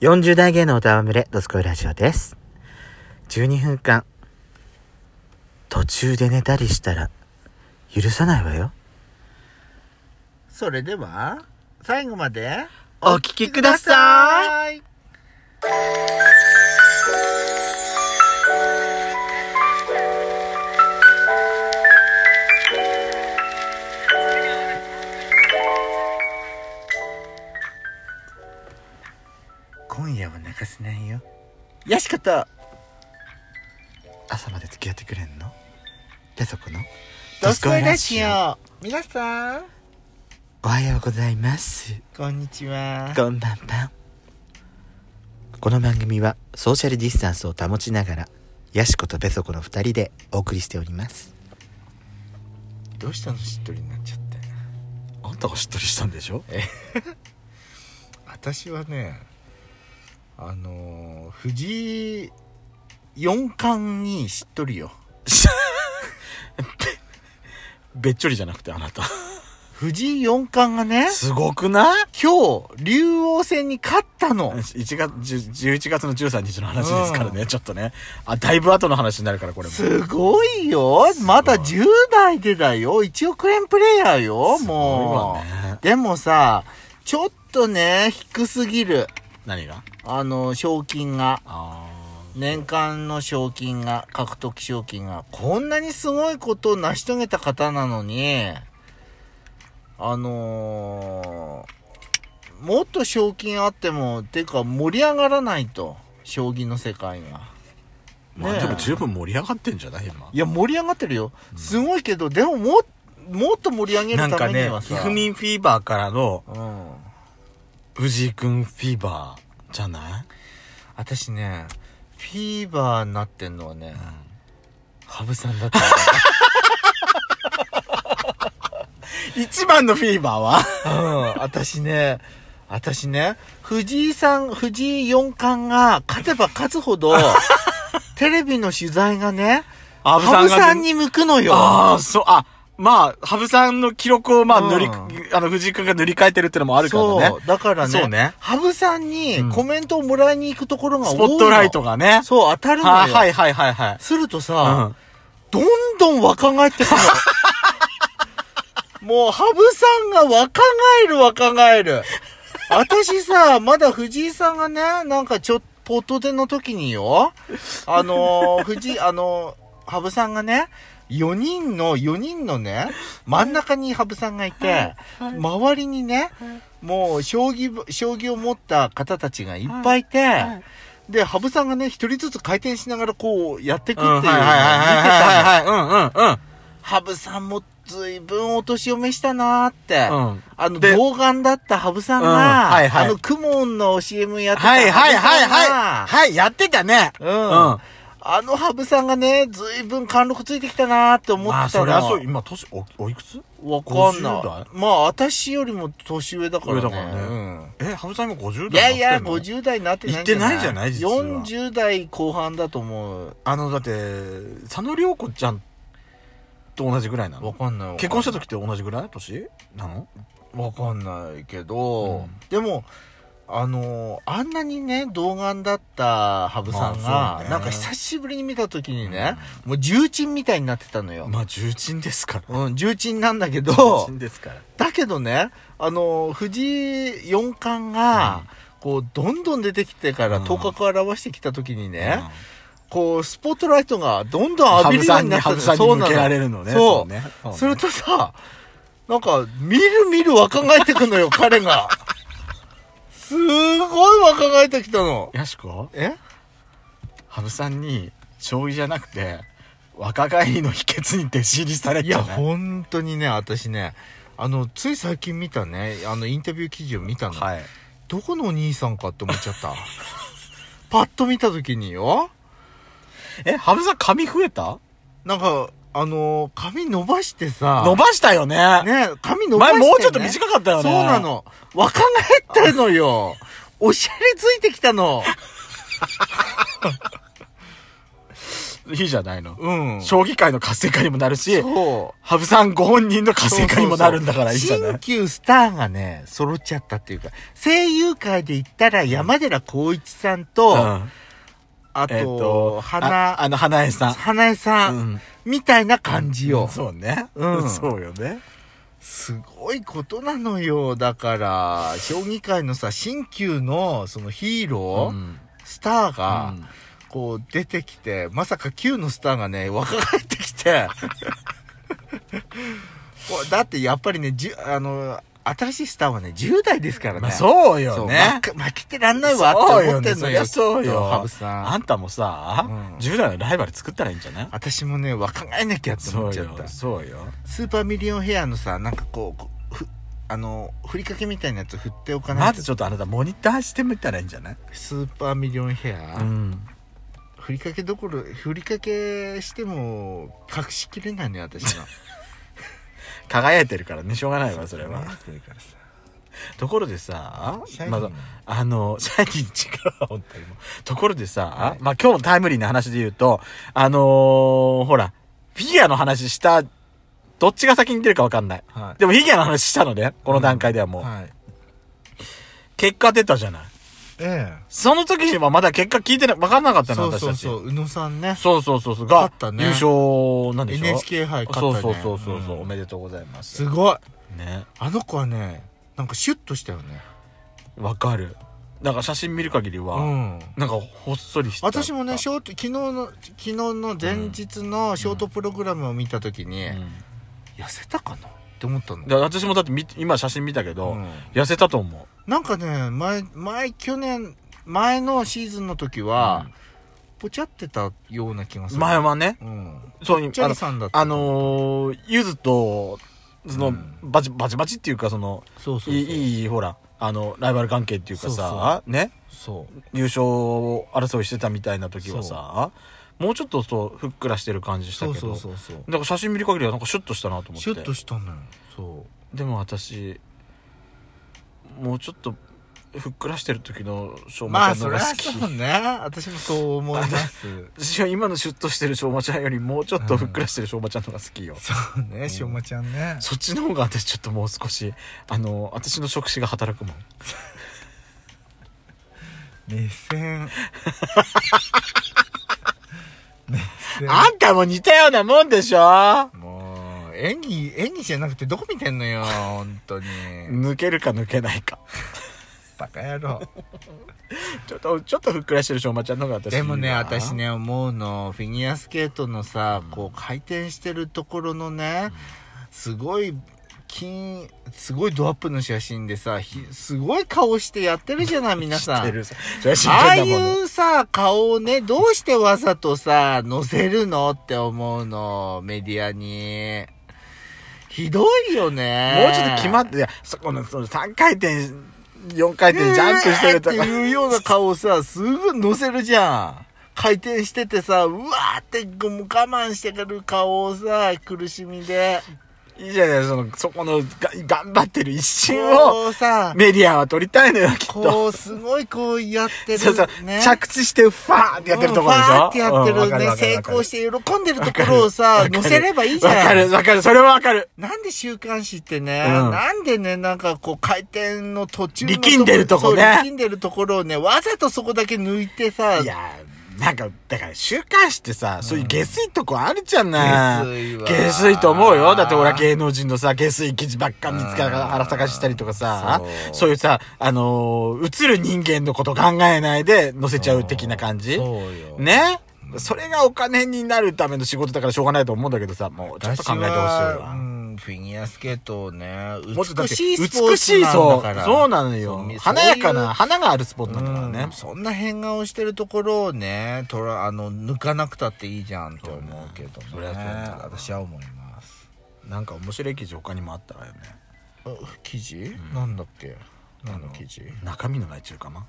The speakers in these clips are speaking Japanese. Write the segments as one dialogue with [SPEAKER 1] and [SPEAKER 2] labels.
[SPEAKER 1] 40代芸能歌わむれ、ドスコイラジオです。12分間、途中で寝たりしたら、許さないわよ。
[SPEAKER 2] それでは、最後まで
[SPEAKER 1] お聞きください。
[SPEAKER 2] い。今夜は泣かせないよ。
[SPEAKER 1] よしこと朝まで付き合ってくれんのペソコの
[SPEAKER 2] どすこいラジオ。皆さん、
[SPEAKER 1] おはようございます。
[SPEAKER 2] こんにちは。
[SPEAKER 1] こんばんばん。この番組はソーシャルディスタンスを保ちながら、ヤシコとペソコの2人でお送りしております。
[SPEAKER 2] どうしたのしっとりになっちゃって。
[SPEAKER 1] あんたがしっとりしたんでしょ
[SPEAKER 2] 私はねあのー藤井四冠にしっとりよ
[SPEAKER 1] べっちょりじゃなくてあなた。
[SPEAKER 2] 藤井四冠がね
[SPEAKER 1] すごくない
[SPEAKER 2] 今日竜王戦に勝ったの
[SPEAKER 1] ?1 月、10 11月の13日の話ですからね、ちょっとね。あ、だいぶ後の話になるから、これも。
[SPEAKER 2] すごいよ
[SPEAKER 1] すごい
[SPEAKER 2] まだ10代でだよ1億円プレイヤーよも
[SPEAKER 1] すごいわね
[SPEAKER 2] うでもさちょっとね低すぎる
[SPEAKER 1] 何が
[SPEAKER 2] あの賞金が
[SPEAKER 1] あ
[SPEAKER 2] 年間の賞金が獲得賞金がこんなにすごいことを成し遂げた方なのにあのーもっと賞金あってもていうか盛り上がらないと将棋の世界が
[SPEAKER 3] まあ
[SPEAKER 2] ねえ
[SPEAKER 3] でも十分盛り上がってんじゃない今
[SPEAKER 2] いや盛り上がってるよすごいけどでもももっと盛り上げ
[SPEAKER 3] な
[SPEAKER 2] る
[SPEAKER 3] ん
[SPEAKER 2] た
[SPEAKER 3] か
[SPEAKER 2] めに
[SPEAKER 3] ね
[SPEAKER 2] はさ
[SPEAKER 3] ひふみんフィーバーからの
[SPEAKER 2] うん
[SPEAKER 3] 藤井くんフィーバーじゃない
[SPEAKER 2] 私ねフィーバーになってんのはね
[SPEAKER 3] 羽生さんだった一番のフィーバーは
[SPEAKER 2] うん、私ね、私ね、藤井さん、藤井四冠が勝てば勝つほど、 テレビの取材がね、
[SPEAKER 3] 羽
[SPEAKER 2] 羽生さん
[SPEAKER 3] に
[SPEAKER 2] に向くのよ。
[SPEAKER 3] ああそうあまあ羽生さんの記録をまあ
[SPEAKER 2] うん
[SPEAKER 3] 塗り、あの藤井くんが塗り替えてるってのもあるから
[SPEAKER 2] そ
[SPEAKER 3] ね
[SPEAKER 2] う、だから
[SPEAKER 3] そう
[SPEAKER 2] ね、
[SPEAKER 3] ね
[SPEAKER 2] 羽生さんにコメントをもらいに行くところが多い
[SPEAKER 3] ス
[SPEAKER 2] の
[SPEAKER 3] ポットライトがね
[SPEAKER 2] そう、当たるのよ。
[SPEAKER 3] はいはいはいはいはい
[SPEAKER 2] すると
[SPEAKER 3] う
[SPEAKER 2] さ、
[SPEAKER 3] ん
[SPEAKER 2] どんどん若返ってくる の。もう、羽生さんが若返る若返る。私さ、まだ藤井さんがね、なんかちょっと、ポートでの時によ、あのー、藤井、あのー、羽生さんがね、4人の、4人のね、真ん中に羽生さんがいて、周りにね、もう、将棋部、将棋を持った方たちがいっぱいいて、で、羽生さんがね、一人ずつ回転しながらこう、やってくっていうのを
[SPEAKER 3] うん
[SPEAKER 2] 見て
[SPEAKER 3] はいはいはい
[SPEAKER 2] たの。
[SPEAKER 3] はいはいはい
[SPEAKER 2] ハブさんも随分お年を召したなーって。
[SPEAKER 3] うんうんうん
[SPEAKER 2] あの、
[SPEAKER 3] で
[SPEAKER 2] 童顔だったハブさんが、
[SPEAKER 3] うんはいはい
[SPEAKER 2] あの、クモンの CM やってた
[SPEAKER 3] はいはいはいはい。
[SPEAKER 2] ハ
[SPEAKER 3] はい、やってたね。
[SPEAKER 2] ブさん
[SPEAKER 3] う
[SPEAKER 2] がうん。あのハブさんがね、随分貫禄ついてきたなーって思ってたの。
[SPEAKER 3] まあ、そりゃそう、今、年、お、おいくつ
[SPEAKER 2] わかん
[SPEAKER 3] 50代
[SPEAKER 2] ない。まあ、私よりも年上だからね。
[SPEAKER 3] 上だからね
[SPEAKER 2] うん
[SPEAKER 3] え、羽生さんも50
[SPEAKER 2] い
[SPEAKER 3] 代
[SPEAKER 2] や
[SPEAKER 3] なっ
[SPEAKER 2] いや、
[SPEAKER 3] てんの。
[SPEAKER 2] 50代になってないん
[SPEAKER 3] いってないじゃない実は
[SPEAKER 2] 40代後半だと思う。
[SPEAKER 3] あの、だって、佐野涼子ちゃんと同じぐらいな
[SPEAKER 2] わ
[SPEAKER 3] の
[SPEAKER 2] かんないわかんない。
[SPEAKER 3] 結婚した時って同じぐらい年なの
[SPEAKER 2] わかんないけど、
[SPEAKER 3] うん
[SPEAKER 2] でもあのーあんなにね童顔だった羽生さんが、
[SPEAKER 3] まあそうね
[SPEAKER 2] なんか久しぶりに見た時にね、もう重鎮みたいになってたのよ、
[SPEAKER 3] まあ、重鎮ですから。
[SPEAKER 2] うん、重鎮なんだけ
[SPEAKER 3] 重
[SPEAKER 2] ど
[SPEAKER 3] 鎮ですから。
[SPEAKER 2] だけどねあのー藤井四冠が、こうどんどん出てきてから
[SPEAKER 3] うん
[SPEAKER 2] 頭角を現してきた時にね、
[SPEAKER 3] うん
[SPEAKER 2] こうスポットライトがどんどん浴
[SPEAKER 3] 羽
[SPEAKER 2] び
[SPEAKER 3] 生さ
[SPEAKER 2] るようんに
[SPEAKER 3] に、
[SPEAKER 2] なった
[SPEAKER 3] 羽生さん
[SPEAKER 2] そう
[SPEAKER 3] に
[SPEAKER 2] な
[SPEAKER 3] 向
[SPEAKER 2] の
[SPEAKER 3] けられるのね。
[SPEAKER 2] そう
[SPEAKER 3] ね。
[SPEAKER 2] す
[SPEAKER 3] そ
[SPEAKER 2] る
[SPEAKER 3] れ
[SPEAKER 2] とさ、なんか、みるみる若返って くのよ、彼が。すごい若返ってきたの。
[SPEAKER 3] やしこ、
[SPEAKER 2] え
[SPEAKER 3] 羽生さんに、将棋じゃなくて、若返りの秘訣に弟子入りされ
[SPEAKER 2] いや、
[SPEAKER 3] たね。
[SPEAKER 2] 本当にね、私ね、あの、つい最近見たね、あの、インタビュー記事を見たの。
[SPEAKER 3] はい。
[SPEAKER 2] どこのお兄さんかって思っちゃった。 パッと見た時によ、
[SPEAKER 3] え、羽生さん髪増えた
[SPEAKER 2] なんか、あの、髪伸ばしてさ、
[SPEAKER 3] 伸ばしたよね。
[SPEAKER 2] ね、髪伸ばし
[SPEAKER 3] 前
[SPEAKER 2] て、ね。
[SPEAKER 3] もうちょっと短かったよね。
[SPEAKER 2] そうな。の。若返ってん のよ。おしゃれついてきたの。
[SPEAKER 3] いいじゃないの。
[SPEAKER 2] うん。
[SPEAKER 3] 将棋界の活性化にもなるし、
[SPEAKER 2] そう。
[SPEAKER 3] 羽生さんご本人の活性化にもなるんだからいいじゃない
[SPEAKER 2] 新旧スターがね、揃っちゃったっていうか、声優界で言ったら山寺宏一さんと、
[SPEAKER 3] うん
[SPEAKER 2] あと、
[SPEAKER 3] えっと、あ
[SPEAKER 2] 花、
[SPEAKER 3] あの、花江さん。
[SPEAKER 2] 花江さん、
[SPEAKER 3] うん
[SPEAKER 2] みたいな感じよ。
[SPEAKER 3] そうね。
[SPEAKER 2] うん
[SPEAKER 3] そうよね。
[SPEAKER 2] すごいことなのよ。だから、将棋界のさ、新旧の、そのヒーロー、
[SPEAKER 3] うん
[SPEAKER 2] スターが、こう出てきて、まさか旧のスターがね、 若返ってきて。 こうだってやっぱりね、じゅあの、新しいスターはね、10代ですからね。
[SPEAKER 3] まあ、そうよ
[SPEAKER 2] そう
[SPEAKER 3] ね。
[SPEAKER 2] 負け負けてらんないわって思ってん
[SPEAKER 3] そうよねそ
[SPEAKER 2] のよ。
[SPEAKER 3] りゃそうよ
[SPEAKER 2] きっとハブさん。
[SPEAKER 3] あんたもさ、
[SPEAKER 2] うん
[SPEAKER 3] 10代のライバル作ったらいいんじゃない
[SPEAKER 2] 私もね、若返んなきゃって思っちゃった。
[SPEAKER 3] そうよ。
[SPEAKER 2] スーパーミリオンヘアのさ、なんかこう、こうふあの、ふりかけみたいなやつ振っておかない
[SPEAKER 3] ま
[SPEAKER 2] と
[SPEAKER 3] ずちょっとあなたモニターしてみたらいいんじゃない
[SPEAKER 2] スーパーミリオンヘア、
[SPEAKER 3] ん。
[SPEAKER 2] ふりかけどころ、ふりかけしても隠しきれないのよ、私は。
[SPEAKER 3] 輝いてるからね、しょうがない わ、それは。
[SPEAKER 2] それからさ
[SPEAKER 3] ところでさ
[SPEAKER 2] シャイ、ニー
[SPEAKER 3] まだ、あの、 シャイニー違うわ、本当にもう。ところでさ、
[SPEAKER 2] はい
[SPEAKER 3] まあ、今日のタイムリーな話で言うと、あのーほら、フィギュアの話した、どっちが先に出るかわかんない。
[SPEAKER 2] はい。
[SPEAKER 3] でもフィギュアの話したのね、この段階ではもう。
[SPEAKER 2] はい。
[SPEAKER 3] 結果出たじゃない。
[SPEAKER 2] え
[SPEAKER 3] その時にはまだ結果聞いてな、わかんなかっ
[SPEAKER 2] え。
[SPEAKER 3] たの、
[SPEAKER 2] そう
[SPEAKER 3] 私
[SPEAKER 2] そう
[SPEAKER 3] たち
[SPEAKER 2] そ。う、宇野さんね。
[SPEAKER 3] そうそうそうそう。
[SPEAKER 2] 勝
[SPEAKER 3] が
[SPEAKER 2] った、ね
[SPEAKER 3] 優勝なんでしょ
[SPEAKER 2] NHK 杯勝
[SPEAKER 3] そ
[SPEAKER 2] っ
[SPEAKER 3] う
[SPEAKER 2] たね。
[SPEAKER 3] そうそうそうそう、
[SPEAKER 2] ん
[SPEAKER 3] おめでとうございます。
[SPEAKER 2] すごい。
[SPEAKER 3] ね。
[SPEAKER 2] あの子はね、なんかシュッとしたよね。
[SPEAKER 3] わかる。なんか写真見る限りは、
[SPEAKER 2] うん。
[SPEAKER 3] なんかほっそりした。
[SPEAKER 2] 私もね、ショート、昨日の、昨日の前日のショートプログラムを見たときに、
[SPEAKER 3] うん
[SPEAKER 2] 痩せたかなって思ったん
[SPEAKER 3] だ
[SPEAKER 2] だ。
[SPEAKER 3] 私もだって見て今写真見たけど、
[SPEAKER 2] うん
[SPEAKER 3] 痩せたと思
[SPEAKER 2] なんかね、前、前、去年、前のシーズンの時は、ぽちゃってたような気がす
[SPEAKER 3] う。
[SPEAKER 2] る。
[SPEAKER 3] 前はね、
[SPEAKER 2] うん。
[SPEAKER 3] そういう、
[SPEAKER 2] チ
[SPEAKER 3] あ
[SPEAKER 2] ャリ
[SPEAKER 3] の、
[SPEAKER 2] さんだった。
[SPEAKER 3] あのー、ゆずと、その、
[SPEAKER 2] うん
[SPEAKER 3] バチ、バチバチっていうか、その、
[SPEAKER 2] そうそうそう。
[SPEAKER 3] いい、いい、ほら、あの、ライバル関係っていうか
[SPEAKER 2] そ
[SPEAKER 3] さ、ね、
[SPEAKER 2] そう。
[SPEAKER 3] 優勝争いしてたみたいな時はさ、もうちょっとそう、ふっくらしてる感じした
[SPEAKER 2] そ
[SPEAKER 3] け
[SPEAKER 2] う
[SPEAKER 3] ど、
[SPEAKER 2] そうそうそう
[SPEAKER 3] なんか写真見る限りはなんかシュッとしたなと思って。
[SPEAKER 2] シュッとしたのよそ
[SPEAKER 3] でも私もうちょっとふっくらしてる時のしょ
[SPEAKER 2] う
[SPEAKER 3] う
[SPEAKER 2] ま
[SPEAKER 3] ま
[SPEAKER 2] あ
[SPEAKER 3] ちゃん
[SPEAKER 2] そ
[SPEAKER 3] の
[SPEAKER 2] れ
[SPEAKER 3] が
[SPEAKER 2] は
[SPEAKER 3] 好き、
[SPEAKER 2] そうね私もそう思います
[SPEAKER 3] 私は今のシュッとしてるしょうまちゃんよりもうちょっとふっくらしてるしょうまちゃんのが好きよ、
[SPEAKER 2] そうねしょうまちゃんね
[SPEAKER 3] そっちの方が私ちょっともう少しあの私の触手が働くもん
[SPEAKER 2] 目 線目線
[SPEAKER 3] あんたも似たようなもんでしょ
[SPEAKER 2] もう演技演技じゃなくてどこ見てんのよ本当に
[SPEAKER 3] 抜けるか抜けないか
[SPEAKER 2] バカ野郎
[SPEAKER 3] ちょっとちょっとふっくらしてるしょうまちゃんの方が私
[SPEAKER 2] でもね
[SPEAKER 3] いいな
[SPEAKER 2] 私ね思うのフィギュアスケートのさこう回転してるところのねすごい金すごいドアップの写真でさひすごい顔してやってるじゃない皆
[SPEAKER 3] 知
[SPEAKER 2] さ
[SPEAKER 3] って
[SPEAKER 2] ん
[SPEAKER 3] るそれは真
[SPEAKER 2] ああ
[SPEAKER 3] 剣だ
[SPEAKER 2] い
[SPEAKER 3] もの
[SPEAKER 2] うさ顔をねどうしてわざとさ載せるのって思うのメディアにひどいよね
[SPEAKER 3] もうちょっと決まっていやそこのその3回転4回転ジャンプしてると
[SPEAKER 2] う
[SPEAKER 3] か
[SPEAKER 2] わーっていうような顔をさ、すぐ乗せるじゃん。回転しててさ、うわーってこうもう我慢してくる顔をさ、苦しみで。
[SPEAKER 3] いいじゃない、その、そこの、が頑張ってる一瞬を、
[SPEAKER 2] こうさ、
[SPEAKER 3] メディアは撮りたいのよ、きっと。
[SPEAKER 2] こうすごいこうやってる。
[SPEAKER 3] そうそう、
[SPEAKER 2] ね。
[SPEAKER 3] 着地して、ファーってやってるところでしょ
[SPEAKER 2] うんファーってやって
[SPEAKER 3] うんわか
[SPEAKER 2] るね。
[SPEAKER 3] わか
[SPEAKER 2] 成
[SPEAKER 3] わか
[SPEAKER 2] 功して喜んでるところをさ、乗せればいいじ
[SPEAKER 3] わ
[SPEAKER 2] ゃ
[SPEAKER 3] か
[SPEAKER 2] ん
[SPEAKER 3] る、。わかる、それはわかる。
[SPEAKER 2] なんで週刊誌ってね、
[SPEAKER 3] うん
[SPEAKER 2] なんでね、なんかこう回転の途中のとこ
[SPEAKER 3] 力んでるとこね
[SPEAKER 2] そう力んでるところをね、わざとそこだけ抜いてさ、
[SPEAKER 3] いや、なんか、だから、週刊誌ってさ、そういう下水とこあるじゃない。
[SPEAKER 2] 下水は
[SPEAKER 3] 下水と思うよ。だって俺は芸能人のさ、下水記事ばっか見つから、あら探ししたりとかさ
[SPEAKER 2] そう、
[SPEAKER 3] そういうさ、あのー映る人間のこと考えないで載せちゃう的な感じ。
[SPEAKER 2] そうよ。
[SPEAKER 3] ねそれがお金になるための仕事だからしょうがないと思うんだけどさ、もうちょっと考えてほしい
[SPEAKER 2] 私はう
[SPEAKER 3] わ。
[SPEAKER 2] ん、フィギュアスケートをね、
[SPEAKER 3] もうちょっとだ
[SPEAKER 2] 美
[SPEAKER 3] って
[SPEAKER 2] しいスポー
[SPEAKER 3] 美し
[SPEAKER 2] ツ
[SPEAKER 3] い、
[SPEAKER 2] なんだ
[SPEAKER 3] そ
[SPEAKER 2] か
[SPEAKER 3] う。
[SPEAKER 2] ら。
[SPEAKER 3] そうなのよ
[SPEAKER 2] そうみ。
[SPEAKER 3] 華やか
[SPEAKER 2] そういう
[SPEAKER 3] な、花があるスポーツなんだから
[SPEAKER 2] う
[SPEAKER 3] ね
[SPEAKER 2] ん、。そんな変顔してるところをね、とら、あの、抜かなくたっていいじゃんって思うけどね。
[SPEAKER 3] そうねそりゃそうだ
[SPEAKER 2] 私は思います。
[SPEAKER 3] なんか面白い記事他にもあったわよね。
[SPEAKER 2] あ記事、なんだっけ何の記事
[SPEAKER 3] 中身のない中華まん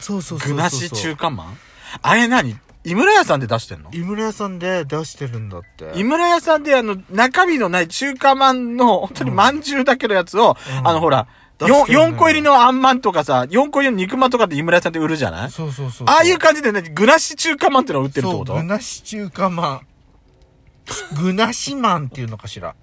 [SPEAKER 2] そうそうそうそうそう。
[SPEAKER 3] 具なし中華まんあれ何井村屋さんで出してんの
[SPEAKER 2] 井村屋さんで出してるんだって。
[SPEAKER 3] 井村屋さんであの、中身のない中華まんの、本当にまんじゅうだけのやつを、あのほら、
[SPEAKER 2] 出してるね
[SPEAKER 3] 4, 個入りのあんまんとかさ、4個入りの肉まんとかって井村屋さんで売るじゃない
[SPEAKER 2] そうそうそう。
[SPEAKER 3] ああいう感じでね、具なし中華まんってのを売ってるって
[SPEAKER 2] そう、
[SPEAKER 3] こと
[SPEAKER 2] 具なし中華まん。具なしまんっていうのかしら。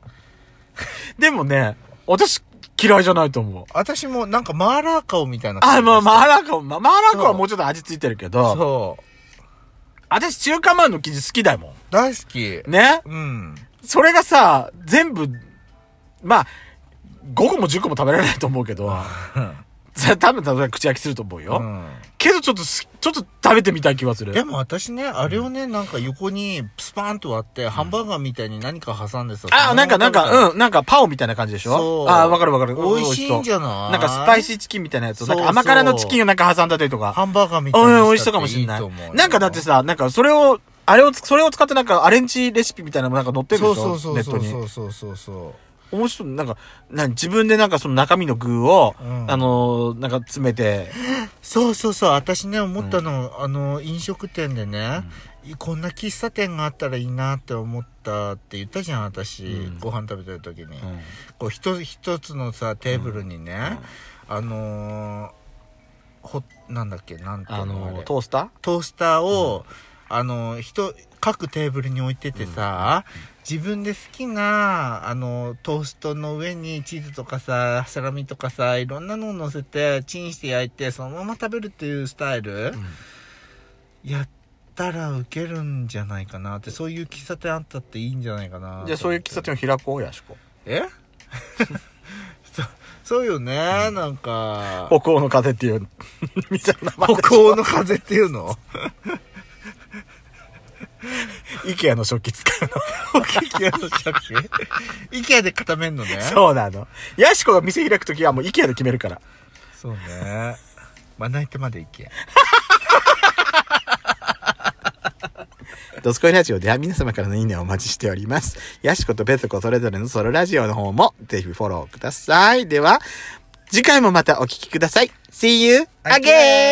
[SPEAKER 3] でもね、私嫌いじゃないと思う。
[SPEAKER 2] 私もなんかマーラー顔みたいな
[SPEAKER 3] あ、まあ、マ
[SPEAKER 2] ー
[SPEAKER 3] ーラーカママーラーカはもうちょっと味ついてるけど、
[SPEAKER 2] そう。
[SPEAKER 3] 私中華まんの生地好きだも
[SPEAKER 2] 大好き。
[SPEAKER 3] ん。ね
[SPEAKER 2] うん。
[SPEAKER 3] それがさ、全部、まあ、5個も10個も食べられないと思うけど、さ多分、例えば口焼きすると思うよ。
[SPEAKER 2] うん
[SPEAKER 3] けどちょっとす、ちょっと食べてみたい気はする。
[SPEAKER 2] でも私ね、あれをね、なんか横にスパーンと割って、ハンバーガーみたいに何か挟んでさ。
[SPEAKER 3] あ、なんか、なんか、
[SPEAKER 2] ん。
[SPEAKER 3] うん、なんかパオみたいな感じでし
[SPEAKER 2] そ
[SPEAKER 3] ょ
[SPEAKER 2] う
[SPEAKER 3] あ、わかるわかる。
[SPEAKER 2] 美味しいんじ
[SPEAKER 3] ゃ
[SPEAKER 2] ゃない
[SPEAKER 3] なんかスパイ
[SPEAKER 2] ー。
[SPEAKER 3] シーチキンみたいなやつを、
[SPEAKER 2] そ
[SPEAKER 3] な
[SPEAKER 2] うんそう
[SPEAKER 3] か甘辛のチキンをなんか挟んだりとか。
[SPEAKER 2] ハンバーガーみたい
[SPEAKER 3] うん、
[SPEAKER 2] な。
[SPEAKER 3] 美味しそうかもしんない。なんかだって
[SPEAKER 2] さ、
[SPEAKER 3] さ、なんかそれを、あれをつ、それを使ってなんかアレンジレシピみたいなのもなんか載ってるで
[SPEAKER 2] そう
[SPEAKER 3] し
[SPEAKER 2] そうそ
[SPEAKER 3] ょネ
[SPEAKER 2] う
[SPEAKER 3] ット
[SPEAKER 2] そう
[SPEAKER 3] に
[SPEAKER 2] そ。うそうそうそ
[SPEAKER 3] 面白い。なんか、な自分でなんかその中身の具を、
[SPEAKER 2] うん
[SPEAKER 3] あのー、なんか詰めて、
[SPEAKER 2] うそうそう私ね思ったの、あの飲食店でね、こんな喫茶店があったらいいなって思ったって言ったじゃん私、
[SPEAKER 3] うん
[SPEAKER 2] ご飯食べてる時に、
[SPEAKER 3] うん
[SPEAKER 2] こう一つ一つのさテーブルにね、あのーほなんだっけなんていう
[SPEAKER 3] あ
[SPEAKER 2] のあ
[SPEAKER 3] のー、
[SPEAKER 2] れ
[SPEAKER 3] トースタ
[SPEAKER 2] トースターを、あの人各テーブルに置いててさ、自分で好きなあのトーストの上にチーズとかさサラミとかさいろんなのを乗せてチンして焼いてそのまま食べるっていうスタイル、やったらウケるんじゃないかなってそういう喫茶店あったっていいんじゃないかな
[SPEAKER 3] ーじゃあそういう喫茶店を開こうやしこ。
[SPEAKER 2] え そそうよね、なんか
[SPEAKER 3] 北欧の風っていう、 みたいな名前で。
[SPEAKER 2] 北欧の風っていうの
[SPEAKER 3] イケアの食器使うの。
[SPEAKER 2] IKEA の借景 ?IKEA で固めんのね
[SPEAKER 3] そうなの。ヤシコが店開くときはもう IKEA で決めるから。
[SPEAKER 2] そうね。まな板まで行け。
[SPEAKER 1] ドスコイラジオでは皆様からのいいねをお待ちしております。ヤシコとペトコそれぞれのソロラジオの方もぜひフォローください。では、次回もまたお聴きください。See you again!